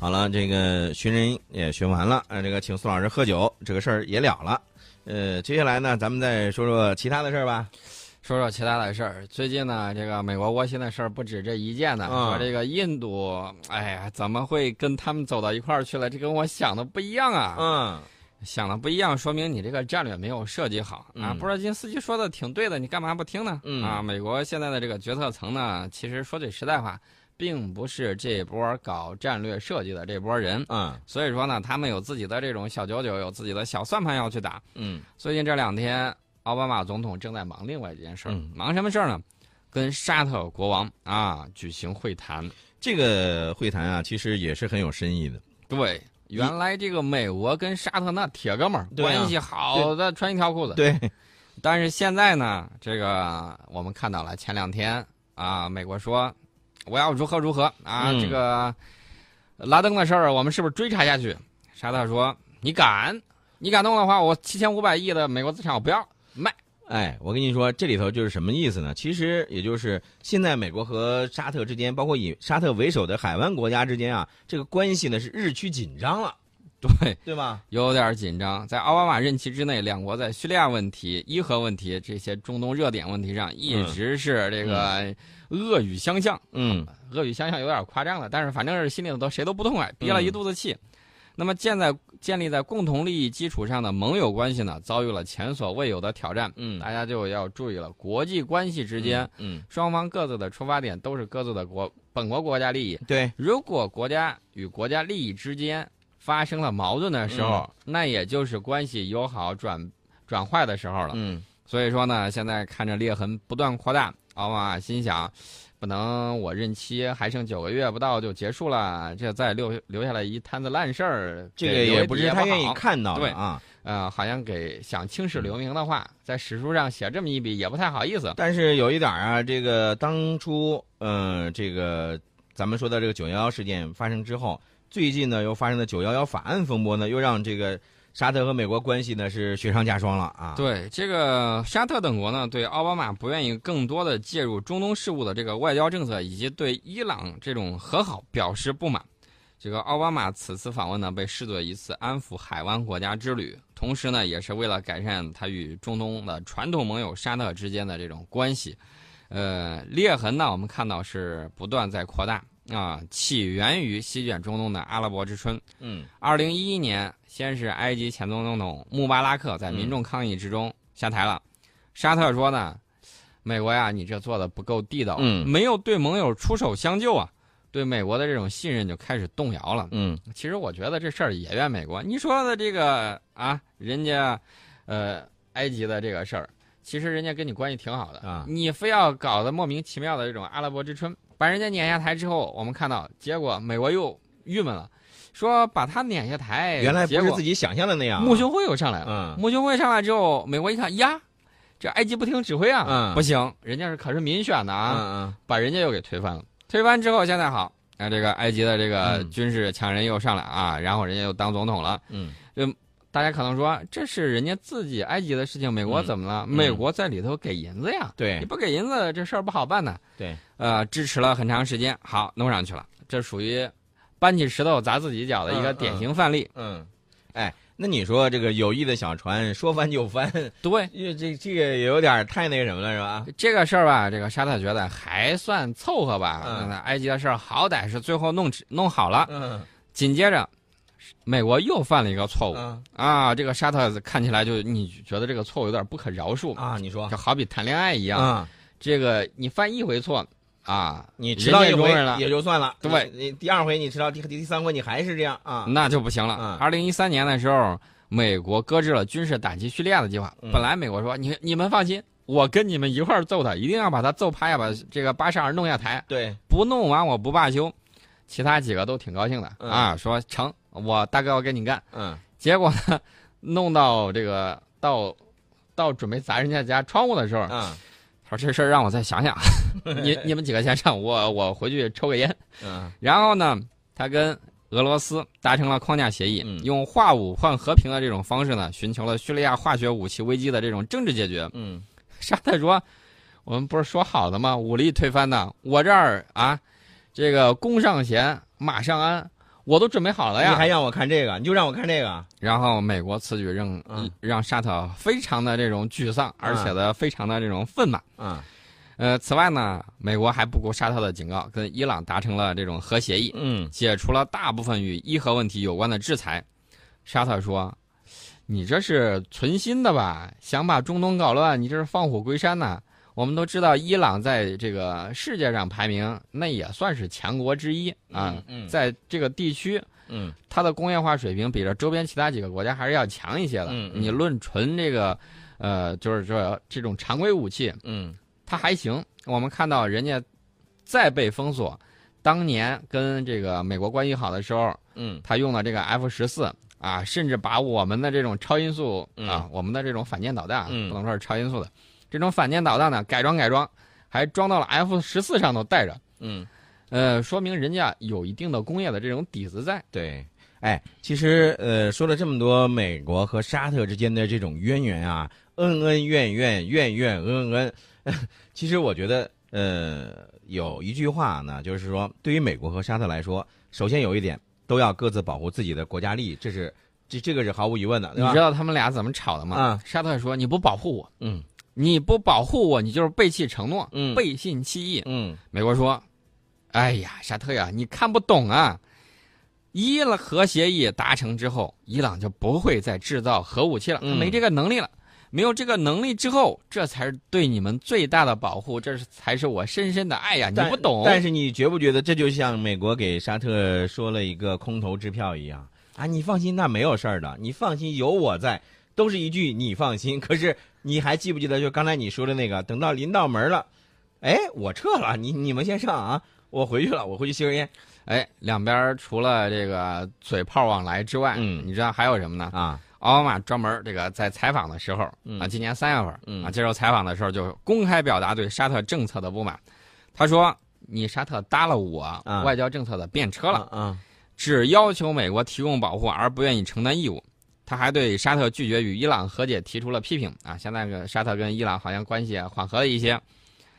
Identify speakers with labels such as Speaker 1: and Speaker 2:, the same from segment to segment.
Speaker 1: 好了，这个寻人也寻完了，呃，这个请苏老师喝酒这个事儿也了了。呃，接下来呢，咱们再说说其他的事儿吧。
Speaker 2: 说说其他的事儿。最近呢，这个美国窝心的事儿不止这一件呢。
Speaker 1: 嗯
Speaker 2: 说这个印度，哎呀，怎么会跟他们走到一块儿去了？这跟我想的不一样啊！
Speaker 1: 嗯，
Speaker 2: 想的不一样，说明你这个战略没有设计好啊
Speaker 1: 嗯。
Speaker 2: 布热津斯基说的挺对的，你干嘛不听呢？
Speaker 1: 嗯
Speaker 2: 啊，美国现在的这个决策层呢，其实说句实在话，并不是这波搞战略设计的这波人。
Speaker 1: 嗯
Speaker 2: 所以说呢，他们有自己的这种小九九，有自己的小算盘要去打。
Speaker 1: 嗯
Speaker 2: 最近这两天，奥巴马总统正在忙另外一件事儿，
Speaker 1: 嗯
Speaker 2: 忙什么事儿呢？跟沙特国王啊举行会谈。
Speaker 1: 这个会谈啊，其实也是很有深意的。
Speaker 2: 对，原来这个美国跟沙特那铁哥们儿、
Speaker 1: 对啊
Speaker 2: 关系好的穿一条裤子，
Speaker 1: 对，
Speaker 2: 但是现在呢，这个我们看到了前两天啊，美国说我要如何如何啊，
Speaker 1: 嗯
Speaker 2: 这个拉登的事儿我们是不是追查下去？沙特说你敢，你敢动的话，我七千五百亿的美国资产我不要了卖。
Speaker 1: 哎，我跟你说，这里头就是什么意思呢？其实也就是现在美国和沙特之间，包括以沙特为首的海湾国家之间啊，这个关系呢是日趋紧张了，
Speaker 2: 对，
Speaker 1: 对吧？
Speaker 2: 有点紧张。在奥巴马任期之内，两国在叙利亚问题、伊核问题这些中东热点问题上，一直是这个恶语相向。
Speaker 1: 嗯
Speaker 2: 恶语相向有点夸张了，但是反正是心里头谁都不痛快，憋了一肚子气。那么建在建立在共同利益基础上的盟友关系呢，遭遇了前所未有的挑战。
Speaker 1: 嗯
Speaker 2: 大家就要注意了，国际关系之间，
Speaker 1: 嗯，
Speaker 2: 双方各自的出发点都是各自的国本国国家利益。
Speaker 1: 对，
Speaker 2: 如果国家与国家利益之间发生了矛盾的时候，
Speaker 1: 嗯
Speaker 2: 那也就是关系由好转转坏的时候了。
Speaker 1: 嗯
Speaker 2: 所以说呢，现在看着裂痕不断扩大，奥巴马心想，不能我任期还剩九个月不到就结束了，这再留留下来一摊子烂事儿，
Speaker 1: 这
Speaker 2: 给
Speaker 1: 个
Speaker 2: 留
Speaker 1: 也不是
Speaker 2: 底
Speaker 1: 他
Speaker 2: 不
Speaker 1: 愿意
Speaker 2: 好
Speaker 1: 看到
Speaker 2: 对
Speaker 1: 的啊。
Speaker 2: 呃，好像给想青史留名的话，在史书上写这么一笔也不太好意思。
Speaker 1: 但是有一点儿啊，这个当初，嗯、这个咱们说的这个九幺幺事件发生之后，最近呢又发生的九幺幺法案风波呢，又让这个沙特和美国关系呢是雪上加霜了啊。，
Speaker 2: 对这个沙特等国呢，对奥巴马不愿意更多的介入中东事务的这个外交政策，以及对伊朗这种和好表示不满。这个奥巴马此次访问呢，被视作一次安抚海湾国家之旅，同时呢，也是为了改善他与中东的传统盟友沙特之间的这种关系。呃，裂痕呢，我们看到是不断在扩大啊、起源于席卷中东的阿拉伯之春。
Speaker 1: 嗯
Speaker 2: 二零一一年，先是埃及前总统穆巴拉克在民众抗议之中下台了。沙特说呢，美国呀，你这做的不够地道，
Speaker 1: 嗯
Speaker 2: 没有对盟友出手相救啊，对美国的这种信任就开始动摇了。
Speaker 1: 嗯
Speaker 2: 其实我觉得这事儿也怨美国。你说的这个啊，人家，呃，埃及的这个事儿，其实人家跟你关系挺好的
Speaker 1: 啊
Speaker 2: 你非要搞得莫名其妙的这种阿拉伯之春，把人家撵下台之后，我们看到结果，美国又郁闷了，说把他撵下台，
Speaker 1: 原来不
Speaker 2: 哎结
Speaker 1: 是
Speaker 2: 果
Speaker 1: 自己想象的那样啊。
Speaker 2: 穆兄会又上来了，
Speaker 1: 嗯
Speaker 2: 穆兄会上来之后，美国一看呀，这埃及不听指挥啊，
Speaker 1: 嗯
Speaker 2: 不行，人家是可是民选的啊，
Speaker 1: 嗯
Speaker 2: 把人家又给推翻了。推翻之后，现在好，啊，这个埃及的这个
Speaker 1: 嗯
Speaker 2: 军事强人又上来啊，然后人家又当总统了。
Speaker 1: 嗯
Speaker 2: 大家可能说，这是人家自己埃及的事情，美国
Speaker 1: 嗯
Speaker 2: 怎么了？
Speaker 1: 嗯
Speaker 2: 美国在里头给银子呀，
Speaker 1: 对
Speaker 2: 你不给银子，这事儿不好办呢。
Speaker 1: 对，
Speaker 2: 呃，支持了很长时间，好弄上去了，这属于搬起石头砸自己脚的一个
Speaker 1: 嗯
Speaker 2: 典型范例。
Speaker 1: 嗯，哎，那你说这个友谊的小船说翻就翻，
Speaker 2: 对，
Speaker 1: 这这这个也有点儿太那个什么了，是吧？
Speaker 2: 这个事儿吧，这个沙特觉得还算凑合吧。
Speaker 1: 嗯
Speaker 2: 那埃及的事儿好歹是最后弄弄好了。
Speaker 1: 嗯
Speaker 2: 紧接着，美国又犯了一个错误、
Speaker 1: 嗯
Speaker 2: 啊！这个沙特看起来就你觉得这个错误有点不可饶恕，
Speaker 1: 啊，你说
Speaker 2: 就好比谈恋爱哦一样，
Speaker 1: 啊，
Speaker 2: 这个你犯一回错啊，
Speaker 1: 你
Speaker 2: 人
Speaker 1: 迟到
Speaker 2: 家
Speaker 1: 一
Speaker 2: 容
Speaker 1: 回
Speaker 2: 忍了，
Speaker 1: 也就算了，
Speaker 2: 对
Speaker 1: 你你第二回你迟到，第第第三回你还是这样啊，
Speaker 2: 那就不行了
Speaker 1: 嗯。
Speaker 2: 二零一三年的时候，美国搁置了军事打击叙利亚的计划。
Speaker 1: 嗯
Speaker 2: 本来美国说你你们放心，我跟你们一块儿揍他，一定要把他揍趴下，把
Speaker 1: 嗯
Speaker 2: 这个巴沙尔弄下台。
Speaker 1: 对，
Speaker 2: 不弄完我不罢休。其他几个都挺高兴的
Speaker 1: 嗯
Speaker 2: 啊，说成，我大哥要跟你干。
Speaker 1: 嗯
Speaker 2: 结果呢，弄到这个到到准备砸人家家窗户的时候，
Speaker 1: 嗯
Speaker 2: 他说这事儿让我再 想想，你你们几个先上，我我回去抽个烟。
Speaker 1: 嗯
Speaker 2: 然后呢，他跟俄罗斯达成了框架协议，
Speaker 1: 嗯
Speaker 2: 用化武换和平的这种方式呢，寻求了叙利亚化学武器危机的这种政治解决。
Speaker 1: 嗯
Speaker 2: 沙特说：“我们不是说好的吗？武力推翻的，我这儿啊，这个攻上弦，马上安，我都准备好了
Speaker 1: 你还
Speaker 2: 呀。
Speaker 1: 让我看这个，你就让我看这个，
Speaker 2: 然后美国此举让、
Speaker 1: 嗯
Speaker 2: 让沙特非常的这种沮丧，而且呢非常的这种愤懑。
Speaker 1: 啊，
Speaker 2: 呃，此外呢，美国还不顾沙特的警告，跟伊朗达成了这种核协议，
Speaker 1: 嗯，
Speaker 2: 解除了大部分与伊核问题有关的制裁。沙特说：“你这是存心的吧？想把中东搞乱，你这是放虎归山呐、我们都知道，伊朗在这个世界上排名那也算是强国之一啊，
Speaker 1: 嗯，
Speaker 2: 在这个地区，
Speaker 1: 嗯，
Speaker 2: 它的工业化水平比着周边其他几个国家还是要强一些的。
Speaker 1: 嗯嗯
Speaker 2: 你论纯这个，呃，就是说这种常规武器，
Speaker 1: 嗯，
Speaker 2: 它还行。我们看到人家再被封锁，当年跟这个美国关系好的时候，
Speaker 1: 嗯，
Speaker 2: 他用了这个 F 十四啊，甚至把我们的这种超音速啊，我们的这种反舰导弹啊，
Speaker 1: 嗯
Speaker 2: 不能说是超音速的，这种反舰导弹呢，改装改装，还装到了 F 十四上头带着。
Speaker 1: 嗯，
Speaker 2: 呃，说明人家有一定的工业的这种底子在。
Speaker 1: 对。哎，其实呃，说了这么多美国和沙特之间的这种渊源啊，恩恩怨怨，怨怨恩恩。 其实我觉得，呃，有一句话呢，就是说，对于美国和沙特来说，首先有一点，都要各自保护自己的国家利益，这是这这个是毫无疑问的，对
Speaker 2: 你
Speaker 1: 吧
Speaker 2: 知？道他们俩怎么吵的吗？
Speaker 1: 嗯
Speaker 2: 沙特说：“你不保护我，
Speaker 1: 嗯
Speaker 2: 你不保护我，你就是背弃承诺，
Speaker 1: 嗯
Speaker 2: 背信弃义。
Speaker 1: 嗯
Speaker 2: 美国说：“哎呀，沙特呀，你看不懂啊！伊朗核协议达成之后，伊朗就不会再制造核武器了，
Speaker 1: 嗯
Speaker 2: 没这个能力了。没有这个能力之后，这才是对你们最大的保护，这是才是我深深的爱呀！你
Speaker 1: 但
Speaker 2: 不懂，
Speaker 1: 但是你觉不觉得这就像美国给沙特说了一个空头支票一样啊？你放心，那没有事儿的，你放心，有我在。都是一句你放心。可是你还记不记得就刚才你说的那个？等到临到门了，哎，我撤了，你你们先上啊，我回去了，我回去吸根烟
Speaker 2: 哎，两边除了这个嘴炮往来之外，
Speaker 1: 嗯
Speaker 2: 你知道还有什么呢？
Speaker 1: 啊。
Speaker 2: 奥巴马专门这个在采访的时候、
Speaker 1: 嗯
Speaker 2: 啊，今年三月份、
Speaker 1: 嗯
Speaker 2: 啊接受采访的时候就公开表达对沙特政策的不满，他说：“你沙特搭了我、
Speaker 1: 啊
Speaker 2: 外交政策的便车了，
Speaker 1: 啊
Speaker 2: 只要求美国提供保护而不愿意承担义务。”他还对沙特拒绝与伊朗和解提出了批评啊！现在个沙特跟伊朗好像关系缓和了一些，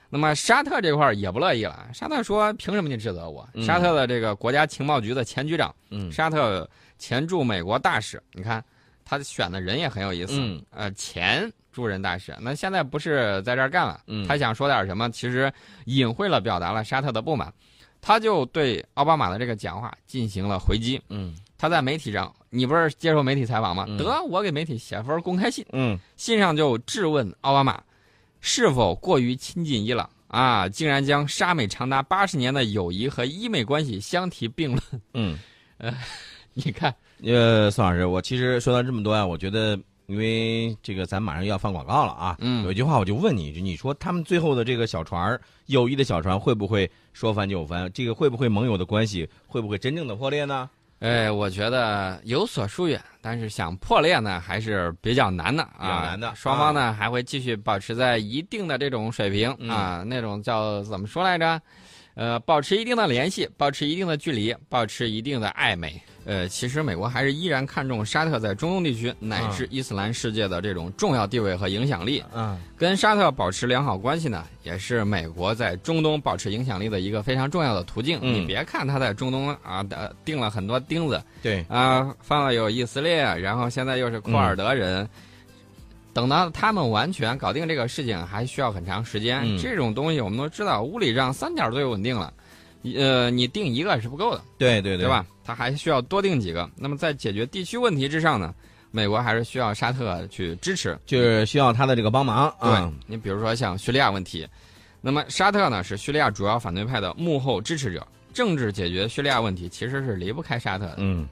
Speaker 2: 那么沙特这块儿也不乐意了。沙特说：“凭什么你指责我？”
Speaker 1: 嗯
Speaker 2: 沙特的这个国家情报局的前局长。
Speaker 1: 嗯
Speaker 2: 沙特前驻美国大使，你看他选的人也很有意思。
Speaker 1: 嗯
Speaker 2: 呃，前驻任大使，那现在不是在这儿干了？
Speaker 1: 嗯
Speaker 2: 他想说点什么，其实隐晦了表达了沙特的不满，他就对奥巴马的这个讲话进行了回击。
Speaker 1: 嗯
Speaker 2: 他在媒体上，你不是接受媒体采访吗？
Speaker 1: 嗯
Speaker 2: 得，我给媒体写封公开信，
Speaker 1: 嗯
Speaker 2: 信上就质问奥巴马是否过于亲近伊朗啊，竟然将沙美长达八十年的友谊和伊美关系相提并论。
Speaker 1: 嗯。
Speaker 2: 你看。
Speaker 1: 呃，宋老师，我其实说到这么多啊，我觉得因为这个咱马上要放广告了啊，
Speaker 2: 嗯
Speaker 1: 有一句话我就问你一句，你说他们最后的这个小船儿，友谊的小船会不会说翻就翻？这个会不会盟友的关系会不会真正的破裂呢？
Speaker 2: 哎，我觉得有所疏远，但是想破裂呢，还是比较难的啊，
Speaker 1: 比较难的啊
Speaker 2: 双方呢、还会继续保持在一定的这种水平、
Speaker 1: 嗯
Speaker 2: 啊，那种叫怎么说来着？呃，保持一定的联系，保持一定的距离，保持一定的暧昧。呃，其实美国还是依然看重沙特在中东地区乃至伊斯兰世界的这种重要地位和影响力。
Speaker 1: 嗯
Speaker 2: 跟沙特保持良好关系呢，也是美国在中东保持影响力的一个非常重要的途径。
Speaker 1: 嗯
Speaker 2: 你别看他在中东啊，呃钉了很多钉子
Speaker 1: 对，
Speaker 2: 啊，犯了有以色列，然后现在又是库
Speaker 1: 嗯
Speaker 2: 尔德人。等到他们完全搞定这个事情，还需要很长时间。
Speaker 1: 嗯
Speaker 2: 这种东西我们都知道，屋里让三角最稳定了，呃，你定一个是不够的。
Speaker 1: 对对
Speaker 2: 对？吧？它还需要多定几个。那么在解决地区问题之上呢，美国还是需要沙特去支持。
Speaker 1: 就是需要他的这个帮忙啊
Speaker 2: 对。你比如说像叙利亚问题，那么沙特呢是叙利亚主要反对派的幕后支持者，政治解决叙利亚问题其实是离不开沙特的。
Speaker 1: 嗯，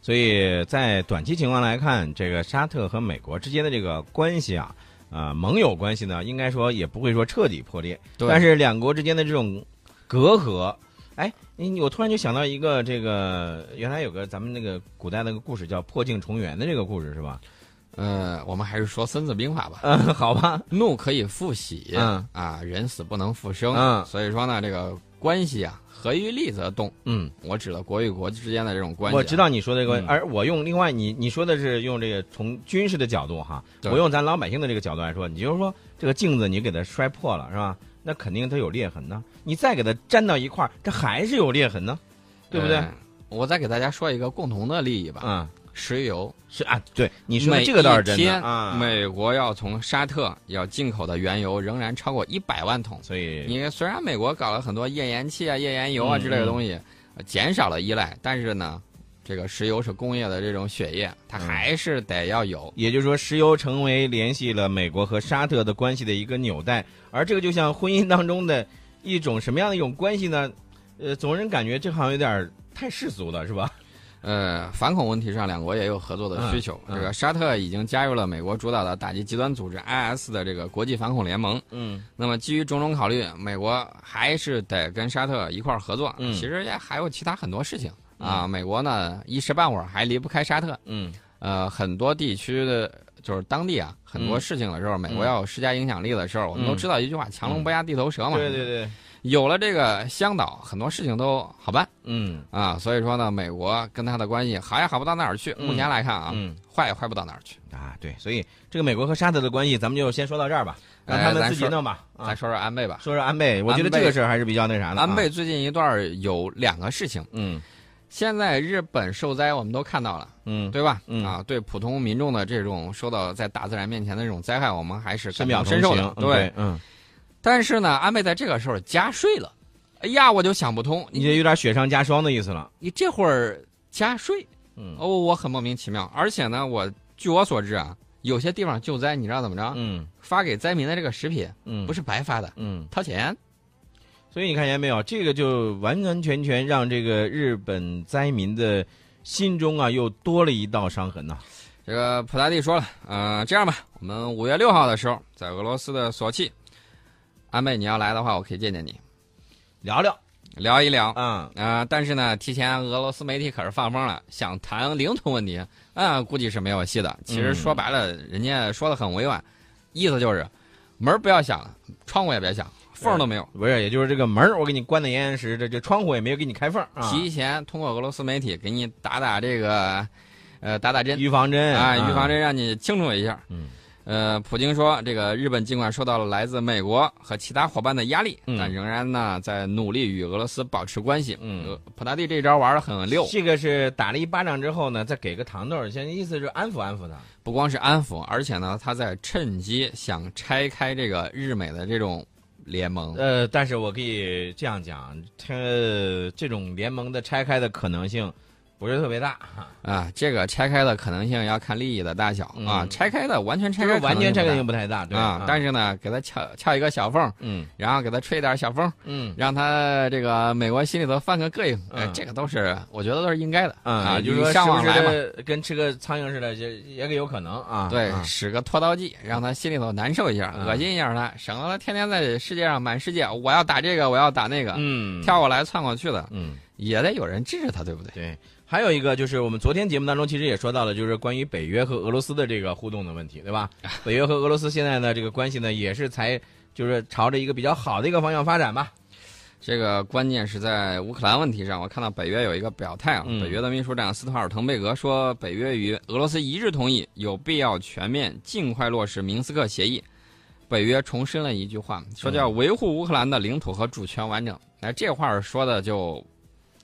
Speaker 1: 所以在短期情况来看，这个沙特和美国之间的这个关系啊，呃，盟友关系呢，应该说也不会说彻底破裂，
Speaker 2: 对
Speaker 1: 但是两国之间的这种隔阂，哎，你你我突然就想到一个这个原来有个咱们那个古代那个故事叫破镜重圆的这个故事是吧？
Speaker 2: 呃，我们还是说《孙子兵法》呃吧，
Speaker 1: 嗯， 好吧，
Speaker 2: 怒可以复喜，
Speaker 1: 嗯
Speaker 2: 啊，人死不能复生。
Speaker 1: 嗯
Speaker 2: 所以说呢，这个关系啊，合于利则动。
Speaker 1: 嗯，
Speaker 2: 我指的国与国之间的这种关系、啊
Speaker 1: 我知。道你说这个，
Speaker 2: 嗯
Speaker 1: 而我用另外你你说的是用这个从军事的角度哈，
Speaker 2: 对
Speaker 1: 我用咱老百姓的这个角度来说，你就是说这个镜子你给它摔破了是吧？那肯定它有裂痕呢，你再给它粘到一块儿，这还是有裂痕呢，对不对？
Speaker 2: 呃我再给大家说一个共同的利益吧，
Speaker 1: 啊，
Speaker 2: 石油。
Speaker 1: 是啊，对，你说
Speaker 2: 每
Speaker 1: 的这个倒是
Speaker 2: 一
Speaker 1: 真的
Speaker 2: 天
Speaker 1: 啊，
Speaker 2: 美国要从沙特要进口的原油仍然超过一百万桶。
Speaker 1: 所以
Speaker 2: 你虽然美国搞了很多页岩气啊、页岩油啊之类的东西，
Speaker 1: 嗯
Speaker 2: 呃减少了依赖，但是呢，这个石油是工业的这种血液，它
Speaker 1: 嗯
Speaker 2: 还是得要有。
Speaker 1: 也就是说，石油成为联系了美国和沙特的关系的一个纽带，而这个就像婚姻当中的一种什么样的一种关系呢？呃，总让人感觉这好像有点儿太世俗了，是吧？
Speaker 2: 呃，反恐问题上，两国也有合作的需求。
Speaker 1: 嗯嗯
Speaker 2: 这个沙特已经加入了美国主导的打击极端组织 IS 的这个国际反恐联盟。
Speaker 1: 嗯，
Speaker 2: 那么，基于种种考虑，美国还是得跟沙特一块儿合作。
Speaker 1: 嗯
Speaker 2: 其实也还有其他很多事情啊。美国呢，一时半会儿还离不开沙特。
Speaker 1: 嗯，
Speaker 2: 呃，很多地区的，就是当地啊，很多
Speaker 1: 嗯
Speaker 2: 事情的时候，美国
Speaker 1: 嗯
Speaker 2: 要有施加影响力的时候，我们
Speaker 1: 嗯
Speaker 2: 都知道一句话：“强龙不压地头蛇”嘛。
Speaker 1: 对对。对，
Speaker 2: 有了这个香岛，很多事情都好办
Speaker 1: 嗯
Speaker 2: 啊。所以说呢，美国跟他的关系好也好不到哪儿去。
Speaker 1: 嗯
Speaker 2: 目前来看啊，
Speaker 1: 嗯
Speaker 2: 坏也坏不到哪儿去。
Speaker 1: 啊，对，所以这个美国和沙特的关系，咱们就先说到这儿吧，让
Speaker 2: 哎
Speaker 1: 他们
Speaker 2: 咱
Speaker 1: 自己
Speaker 2: 说
Speaker 1: 弄吧。啊
Speaker 2: 咱，说说安倍吧。
Speaker 1: 说说安倍，我觉得
Speaker 2: 安倍
Speaker 1: 这个事儿还是比较那啥的。
Speaker 2: 安，倍最近一段儿有两个事情，
Speaker 1: 嗯
Speaker 2: 现在日本受灾我们都看到了，
Speaker 1: 嗯，
Speaker 2: 对吧？
Speaker 1: 嗯
Speaker 2: 啊，对普通民众的这种受到在大自然面前的这种灾害，我们还是
Speaker 1: 深
Speaker 2: 感
Speaker 1: 表同
Speaker 2: 同身受的
Speaker 1: 情。，嗯
Speaker 2: 对，，
Speaker 1: 嗯，
Speaker 2: 但是呢，安倍在这个时候加税了，哎呀，我就想不通，
Speaker 1: 你
Speaker 2: 你
Speaker 1: 这有点雪上加霜的意思了。
Speaker 2: 你这会儿加税，
Speaker 1: 嗯
Speaker 2: 哦，我很莫名其妙。而且呢，我据我所知啊，有些地方救灾，你知道怎么着？
Speaker 1: 嗯
Speaker 2: 发给灾民的这个食品
Speaker 1: 嗯，
Speaker 2: 不
Speaker 1: 是，
Speaker 2: 是白发的，
Speaker 1: 嗯，
Speaker 2: 掏钱。
Speaker 1: 所以你看见没有，这个就完完全全让这个日本灾民的心中啊又多了一道伤痕呐。
Speaker 2: 这个普大帝说了，呃，这样吧，我们五月六号的时候在俄罗斯的索契，安倍你要来的话，我可以见见你，
Speaker 1: 聊聊
Speaker 2: 聊一聊。
Speaker 1: 啊，
Speaker 2: 啊、但是呢，提前俄罗斯媒体可是放风了，想谈领土问题，啊、估计是没有戏的。其实说白了，人家说的很委婉，意思就是门儿不要响了，窗户也别响，缝儿都没有。
Speaker 1: 不是，也就是这个门儿我给你关的严严实实的，这窗户也没有给你开缝儿啊，
Speaker 2: 提前通过俄罗斯媒体给你打打这个，呃，打打针
Speaker 1: 预防针
Speaker 2: 啊，预防针让你清楚一下。
Speaker 1: 哎嗯。
Speaker 2: 呃，普京说，这个日本尽管受到了来自美国和其他伙伴的压力，
Speaker 1: 嗯
Speaker 2: 但仍然呢在努力与俄罗斯保持关系。
Speaker 1: 嗯
Speaker 2: 呃，普大帝这招玩的很溜，
Speaker 1: 这个是打了一巴掌之后呢，再给个糖豆儿，现在意思是安抚安抚他。
Speaker 2: 不光是安抚，而且呢，他在趁机想拆开这个日美的这种联盟。
Speaker 1: 呃，但是我可以这样讲，他这种联盟的拆开的可能性不是特别大，
Speaker 2: 啊，这个拆开的可能性要看利益的大小啊
Speaker 1: 嗯，
Speaker 2: 拆开的完全
Speaker 1: 就嗯
Speaker 2: 拆
Speaker 1: 是
Speaker 2: 开可能性不大，
Speaker 1: 完全拆开性不太大，对
Speaker 2: 啊，但是呢，给他撬撬一个小缝，
Speaker 1: 嗯
Speaker 2: 然后给他吹点小风，
Speaker 1: 嗯
Speaker 2: 让他这个美国心里头犯个膈应，哎，
Speaker 1: 嗯
Speaker 2: 这个都是我觉得都是应该的啊，
Speaker 1: 也就是说
Speaker 2: 礼尚往
Speaker 1: 是
Speaker 2: 来
Speaker 1: 不
Speaker 2: 嘛。
Speaker 1: 是跟吃个苍蝇似的，也也给有可能啊。
Speaker 2: 对，
Speaker 1: 啊
Speaker 2: 使个拖刀计，让他心里头难受一下，
Speaker 1: 嗯
Speaker 2: 恶心一下他，省得他天天在世界上满世界，我要打这个，我要打那个，
Speaker 1: 嗯，
Speaker 2: 跳过来窜过去的，
Speaker 1: 嗯。
Speaker 2: 也得有人支持他，对不对？
Speaker 1: 对，还有一个就是我们昨天节目当中其实也说到了，就是关于北约和俄罗斯的这个互动的问题，对 吧？北约和俄罗斯现在呢，这个关系呢也是才就是朝着一个比较好的一个方向发展吧。
Speaker 2: 这个关键是在乌克兰问题上，我看到北约有一个表态啊，
Speaker 1: 嗯
Speaker 2: 北约的秘书长斯托尔滕贝格说，北约与俄罗斯一致同意有必要全面尽快落实明斯克协议。北约重申了一句话，说叫
Speaker 1: 嗯
Speaker 2: 维护乌克兰的领土和主权完整。哎，这话说的就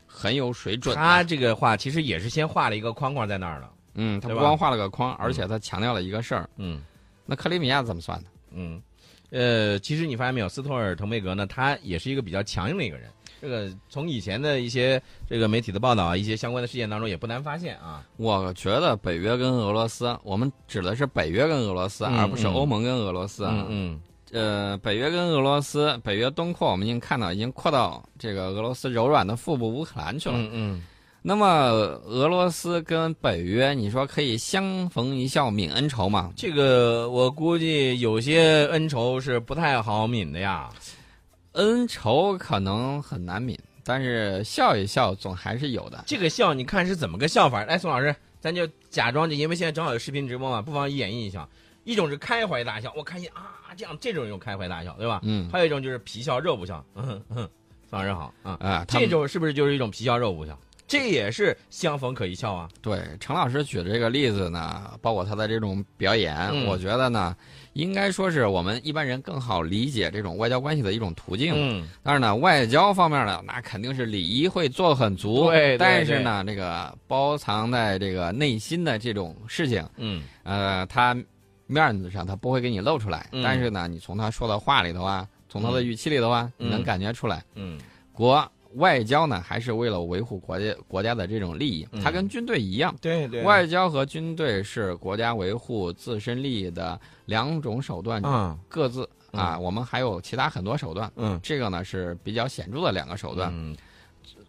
Speaker 2: 很有水准啊。
Speaker 1: 他这个话其实也是先画了一个框框在那儿了。
Speaker 2: 嗯，他
Speaker 1: 对
Speaker 2: 不
Speaker 1: 吧
Speaker 2: 光画了个框，而且他强调了一个事儿，
Speaker 1: 嗯
Speaker 2: 那克里米亚怎么算呢？
Speaker 1: 嗯，呃，其实你发现没有，斯托尔滕贝格呢，他也是一个比较强硬的一个人。这个从以前的一些这个媒体的报道啊，一些相关的事件当中也不难发现啊。
Speaker 2: 我觉得北约跟俄罗斯，我们指的是北约跟俄罗斯，
Speaker 1: 嗯
Speaker 2: 而不是
Speaker 1: 嗯
Speaker 2: 欧盟跟俄罗斯啊。
Speaker 1: 嗯嗯
Speaker 2: 呃，北约跟俄罗斯，北约东扩，我们已经看到已经扩到这个俄罗斯柔软的腹部乌克兰去了。
Speaker 1: 嗯嗯，
Speaker 2: 那么俄罗斯跟北约，你说可以相逢一笑泯恩仇吗？
Speaker 1: 这个我估计有些恩仇是不太好泯的呀。
Speaker 2: 恩仇可能很难泯，但是笑一笑总还是有的。
Speaker 1: 这个笑，你看是怎么个笑法？来，哎宋老师，咱就假装着，因为现在正好有视频直播嘛，不妨演绎一下。一种是开怀大笑，我开心啊，这样这种有开怀大笑，对吧？
Speaker 2: 嗯
Speaker 1: 还有一 种就是皮笑肉不笑，嗯哼，宋老师好啊。
Speaker 2: 啊，他
Speaker 1: 这
Speaker 2: 们
Speaker 1: 种是不是就是一种皮笑肉不笑？这也是相逢可一笑啊。
Speaker 2: 对，陈老师举的这个例子呢，包括他的这种表演，
Speaker 1: 嗯
Speaker 2: 我觉得呢，应该说是我们一般人更好理解这种外交关系的一种途径。
Speaker 1: 嗯，
Speaker 2: 但是呢，外交方面呢，那肯定是礼仪会做很足，
Speaker 1: 对对
Speaker 2: 但是呢，这个包藏在这个内心的这种事情，
Speaker 1: 嗯，
Speaker 2: 呃，他面子上他不会给你露出来，
Speaker 1: 嗯
Speaker 2: 但是呢，你从他说的话里头啊，从他的语气里头啊，
Speaker 1: 嗯
Speaker 2: 你能感觉出来，
Speaker 1: 嗯，
Speaker 2: 国外交呢还是为了维护国家国家的这种利益，
Speaker 1: 嗯
Speaker 2: 它跟军队一样。
Speaker 1: 对对，
Speaker 2: 外交和军队是国家维护自身利益的两种手段，
Speaker 1: 啊，
Speaker 2: 各自啊，我们还有其他很多手段，
Speaker 1: 嗯，
Speaker 2: 这个呢是比较显著的两个手段。
Speaker 1: 嗯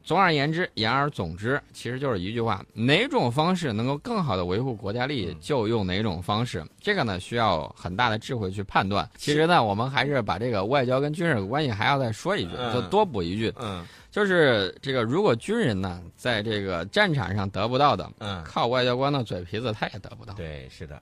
Speaker 2: 总而言之，言而总之，其实就是一句话：哪种方式能够更好的维护国家利
Speaker 1: 嗯
Speaker 2: 益，就用哪种方式。这个呢，需要很大的智慧去判断。其实呢，我们还是把这个外交跟军事关系还要再说一句，
Speaker 1: 嗯
Speaker 2: 就多补一句，
Speaker 1: 嗯
Speaker 2: 就是这个，如果军人呢，在这个战场上得不到的，
Speaker 1: 嗯，
Speaker 2: 靠外交官的嘴皮子他也得不到。
Speaker 1: 对，是的。